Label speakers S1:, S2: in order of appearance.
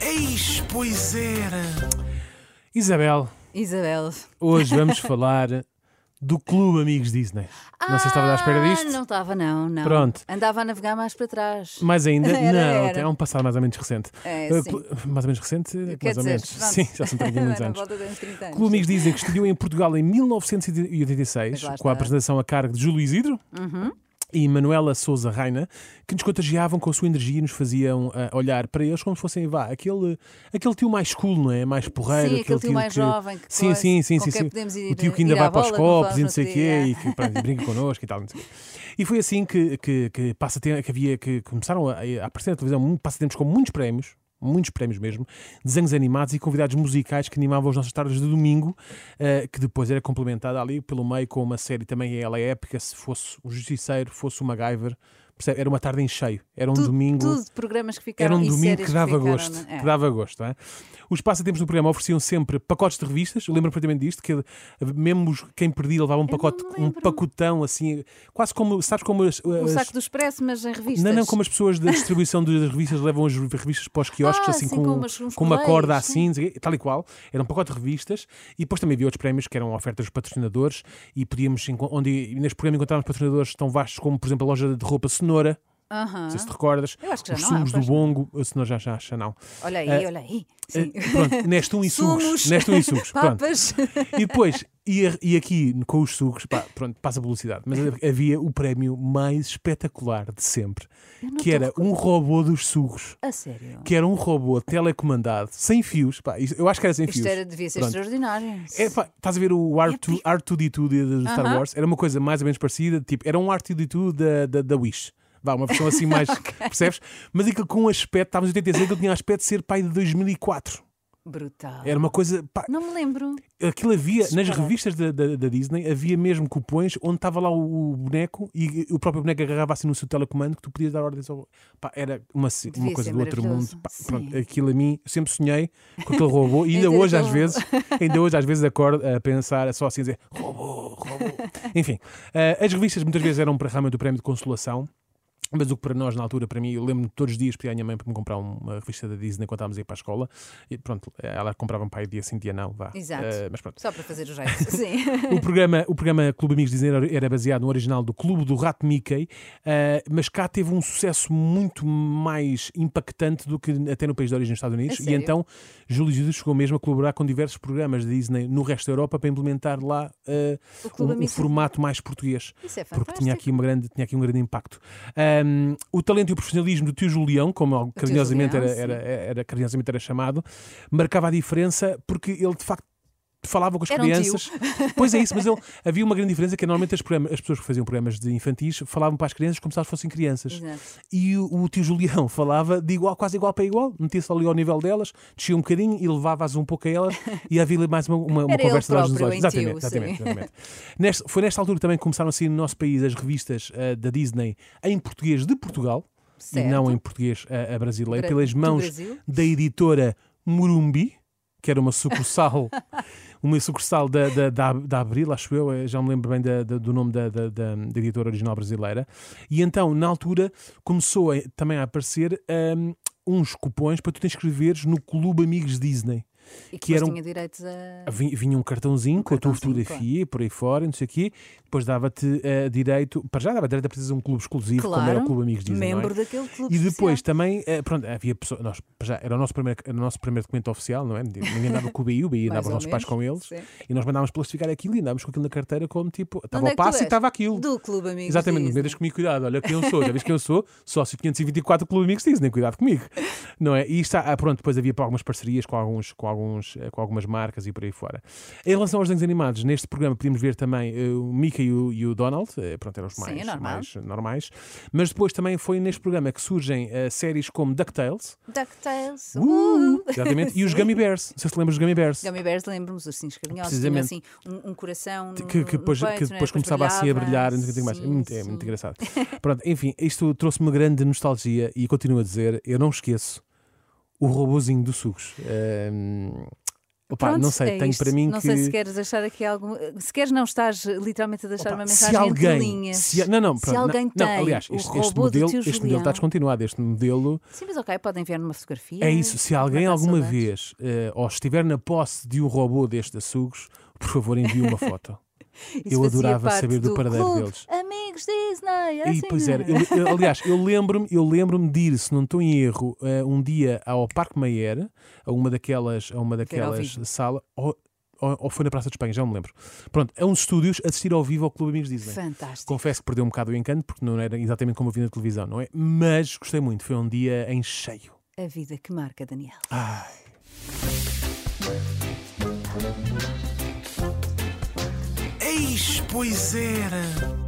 S1: Eis, pois era. Isabel,
S2: Isabel.
S1: hoje vamos falar do Clube Amigos Disney. não sei se estavas à espera disto.
S2: Ah, Não estava, não, não.
S1: Pronto.
S2: Andava a navegar mais para trás.
S1: Mais ainda?
S2: Era,
S1: não,
S2: era.
S1: é um passado mais ou menos recente.
S2: É,
S1: Uh,
S2: sim.
S1: clu- mais ou menos recente?
S2: Quer
S1: mais ou
S2: dizer,
S1: menos.
S2: pronto.
S1: Sim, já são 30 e muitos
S2: Na
S1: anos.
S2: volta dos 30 anos.
S1: Clube Amigos Disney que estreou em Portugal em 1986,
S2: Mas lá
S1: com a
S2: está.
S1: apresentação a cargo de Júlio Isidro.
S2: Uhum.
S1: E Manuela Souza Reina, que nos contagiavam com a sua energia e nos faziam ah, olhar para eles como se fossem, vá, aquele, aquele tio mais cool, não é? Mais porreiro.
S2: Sim, aquele tio mais jovem que
S1: sim,
S2: coisa,
S1: sim, sim,
S2: com
S1: sim,
S2: quem
S1: sim.
S2: podemos ir-
S1: O tio que ainda
S2: ir à
S1: vai para os
S2: bola quando
S1: copos e não
S2: vamos
S1: sei o
S2: no
S1: quê,
S2: dia.
S1: e que pronto, brinca connosco e tal. Não sei o quê. E foi assim que, que, que, passatem- que havia, que começaram a, a aparecer na televisão mu- passatempos com muitos prémios. Muitos prémios mesmo, desenhos animados e convidados musicais que animavam as nossas tardes de domingo, eh, que depois era complementada ali pelo meio com uma série também, ela é épica, se fosse o Justiceiro, fosse o MacGyver, percebe? era uma tarde em cheio, era um
S2: Tudo-
S1: domingo
S2: Tudo de programas que ficaram
S1: era um
S2: e
S1: domingo
S2: séries
S1: que dava
S2: ficaram,
S1: gosto.
S2: não é?
S1: Que dava gosto não é? Os passatempos do programa ofereciam sempre pacotes de revistas. Eu lembro perfeitamente disto, que mesmo os- quem perdia levava um, pacote,
S2: não me
S1: um
S2: lembro.
S1: pacotão assim, quase como, sabes como as.
S2: Um
S1: as-
S2: saco do Expresso, mas em revistas.
S1: não, não, como as pessoas da distribuição das revistas levam as revistas para os quiosques,
S2: Ah,
S1: assim,
S2: sim,
S1: com,
S2: com umas- uns
S1: com uma
S2: coleiros,
S1: corda
S2: sim.
S1: assim, não sei o quê, tal e qual. Era um pacote de revistas e depois também havia outros prémios que eram ofertas dos patrocinadores e podíamos, enco- onde e neste programa encontrávamos patrocinadores tão vastos como, por exemplo, a loja de roupa Cenoura,
S2: Aham.
S1: não sei se te recordas,
S2: Ah. Eu acho que já
S1: os
S2: não há,
S1: sumos do
S2: pois não.
S1: Bongo, a Cenoura já, já, já não.
S2: Olha
S1: É-
S2: aí, olha aí. Sim.
S1: Eh, Pronto, neste um e sucos.
S2: Sumos.
S1: Neste um e sucos. Pronto.
S2: Papas.
S1: E depois, e, a- e aqui com os sucos, pá, pronto, passa a publicidade. Mas havia o prémio mais espetacular de sempre, que era um robô dos sucos.
S2: A sério.
S1: Que era um robô telecomandado, sem fios. Pá, isto- eu acho que era sem
S2: Isto
S1: fios.
S2: era, devia ser
S1: Pronto.
S2: extraordinário.
S1: É, pá, estás a ver o R2- R2D2 de- de Star
S2: Aham.
S1: Wars? Era uma coisa mais ou menos parecida, tipo, era um R2D2 da, da, da Wish. Vá, uma versão assim mais. Percebes? Mas aquilo com aspecto, estávamos em 86, aquilo tinha aspecto de ser pai de 2004.
S2: Brutal.
S1: Era uma coisa. Pá,
S2: Não me lembro.
S1: aquilo havia, nas
S2: Disparado.
S1: revistas da, da- da Disney, havia mesmo cupões onde estava lá o, o boneco e o próprio boneco agarrava assim no seu telecomando que tu podias dar ordens ao. Pá, era uma, ce- uma
S2: Devia
S1: coisa
S2: ser
S1: do outro mundo.
S2: maravilhoso.
S1: Pá,
S2: Sim.
S1: pronto, aquilo a mim, eu sempre sonhei com aquele robô e
S2: Em
S1: ainda
S2: ter
S1: hoje às
S2: aquele
S1: vezes, ainda hoje às vezes acordo a pensar só assim a dizer robô, robô. Enfim, eh, as revistas muitas vezes eram para realmente o prémio de consolação. Mas o que para nós, na altura, para mim, eu lembro-me todos os dias pedir à minha mãe para me comprar uma revista da Disney quando estávamos a ir para a escola. E pronto, ela comprava um pai dia sim, dia não, vá.
S2: Exato.
S1: Eh, mas pronto.
S2: Só para fazer o jeito. Sim.
S1: O programa, o programa Clube Amigos Disney era- era baseado no original do Clube do Rato Mickey, eh, mas cá teve um sucesso muito mais impactante do que até no país de origem nos Estados Unidos.
S2: A
S1: E
S2: sério?
S1: então Júlio Jesus chegou mesmo a colaborar com diversos programas da Disney no resto da Europa para implementar lá eh,
S2: O Clube
S1: um, um
S2: Amigos-
S1: formato mais português.
S2: Isso é
S1: Porque tinha
S2: fantástico.
S1: aqui, uma grande, tinha aqui um grande impacto. Ahm, o talento e o profissionalismo do tio Julião, como algo
S2: tio
S1: carinhosamente,
S2: Julião,
S1: era, era, era- carinhosamente era chamado, marcava a diferença porque ele de facto falava com as
S2: Era um
S1: crianças. pois é isso, mas ele, havia uma grande diferença que normalmente as, programas- as pessoas que faziam programas de infantis falavam para as crianças como se elas fossem crianças.
S2: Exato.
S1: E o, o tio Julião falava de igual, quase igual para igual, metia-se ali ao nível delas, descia um bocadinho e levava-as um pouco a elas e havia mais uma, uma, uma
S2: Era ele
S1: conversa de olhos nos
S2: próprio,
S1: olhos.
S2: em tio,
S1: Exatamente, exatamente,
S2: sim.
S1: exatamente. Nesta- foi nesta altura que também começaram a sair no nosso país as revistas ah, da Disney em português de Portugal
S2: Certo.
S1: e não em português ah, ah, brasileiro,
S2: Bra-
S1: pelas
S2: do
S1: mãos
S2: Brasil.
S1: da editora Morumbi, que era uma sucursal. Uma sucursal da, da, da, da Abril, acho eu, eh, já me lembro bem da- da- do nome da, da, da- da editora original brasileira. E então, na altura, começou a- também a aparecer ahm, uns cupons para tu te inscreveres no Clube Amigos Disney.
S2: E
S1: que
S2: que
S1: eram-
S2: tinha direitos a.
S1: Vi- Vinha um cartãozinho com a tua
S2: cartãozinho,
S1: fotografia e por aí fora, não sei o quê. Depois dava-te eh, direito, para já dava direito a precisar de um clube exclusivo, como era o
S2: Claro,
S1: Clube Amigos Disney. não é?
S2: Membro daquele clube.
S1: E depois
S2: especial.
S1: também, eh, pronto, havia pessoas, nós, já era o nosso primeiro, era o nosso primeiro documento oficial, não é? Ninguém dava com o BI, o BI
S2: Mais
S1: andava os
S2: ou
S1: nossos pais
S2: menos,
S1: com eles
S2: sim.
S1: e nós mandávamos plastificar aquilo e andávamos com aquilo na carteira como tipo, estava
S2: Onde é
S1: o
S2: que tu
S1: passo e
S2: és?
S1: estava aquilo.
S2: Do Clube Amigos.
S1: Exatamente, não
S2: Disney.
S1: vendas comigo, cuidado, olha quem eu sou, já vês quem eu sou, sócio 524 do Clube Amigos Disney, cuidado comigo, não é? E está, ah, pronto, depois havia para algumas parcerias com, alguns, com, alguns, eh, com algumas marcas e por aí fora. Em relação aos desenhos animados, neste programa podíamos ver também eh, o Mickey e o, e o Donald, eh, pronto, eram os
S2: Sim, é
S1: mais,
S2: normal.
S1: mais normais, mas depois também foi neste programa que surgem eh, séries como DuckTales,
S2: DuckTales.
S1: uh,
S2: Uh!
S1: exatamente, e os
S2: Sim.
S1: Gummy Bears, não sei se lembras dos Gummy Bears.
S2: Gummy Bears, lembro-me, os ursinhos carinhosos.
S1: Precisamente.
S2: Precisamente. Tinha, assim, um, um coração. No,
S1: que, que
S2: no
S1: depois,
S2: peito,
S1: que
S2: não é?
S1: depois começava assim a brilhar,
S2: brilhava.
S1: não sei o que mais. É
S2: Sim,
S1: muito, é
S2: sim.
S1: muito engraçado. Pronto, enfim, isto trouxe-me uma grande nostalgia e continuo a dizer, eu não esqueço o robozinho dos sucos. Ahm, Opa,
S2: Pronto,
S1: não sei,
S2: é
S1: tenho
S2: isto.
S1: para mim
S2: Não
S1: que.
S2: sei se queres achar aqui algum. Se queres não estás eh, literalmente a deixar
S1: Pá,
S2: uma mensagem
S1: se
S2: entre
S1: alguém,
S2: linhas.
S1: se, não, não,
S2: Se
S1: pronto,
S2: alguém
S1: não,
S2: tem
S1: não, aliás,
S2: o
S1: este, este
S2: robô do
S1: modelo,
S2: tio
S1: este modelo
S2: Julião.
S1: está descontinuado, este modelo
S2: Sim, mas ok, podem enviar numa fotografia.
S1: é isso. Se
S2: para
S1: alguém
S2: matar
S1: alguma
S2: saudades.
S1: vez eh, ou estiver na posse de um robô deste da Sugos, por favor envie uma foto.
S2: Isso
S1: eu
S2: fazia
S1: adorava
S2: parte
S1: saber do paradeiro
S2: Clube
S1: deles.
S2: Amigos Disney.
S1: E,
S2: assim,
S1: pois era,
S2: não é?
S1: eu- eu- aliás, eu lembro-me eu lembro de ir, se não estou em erro, eh, um dia ao Parque Mayer, a uma daquelas, a uma
S2: Ver ao
S1: daquelas
S2: vivo.
S1: salas, ou, ou- ou foi na Praça de Espanha, já me lembro. Pronto, é um a uns estúdios assistir ao vivo ao Clube Amigos Disney.
S2: Fantástico.
S1: Confesso que perdeu um bocado o encanto, porque não era exatamente como eu vi na televisão, não é? Mas gostei muito, foi um dia em cheio.
S2: A vida que marca, Daniel.
S1: Eis, pois era!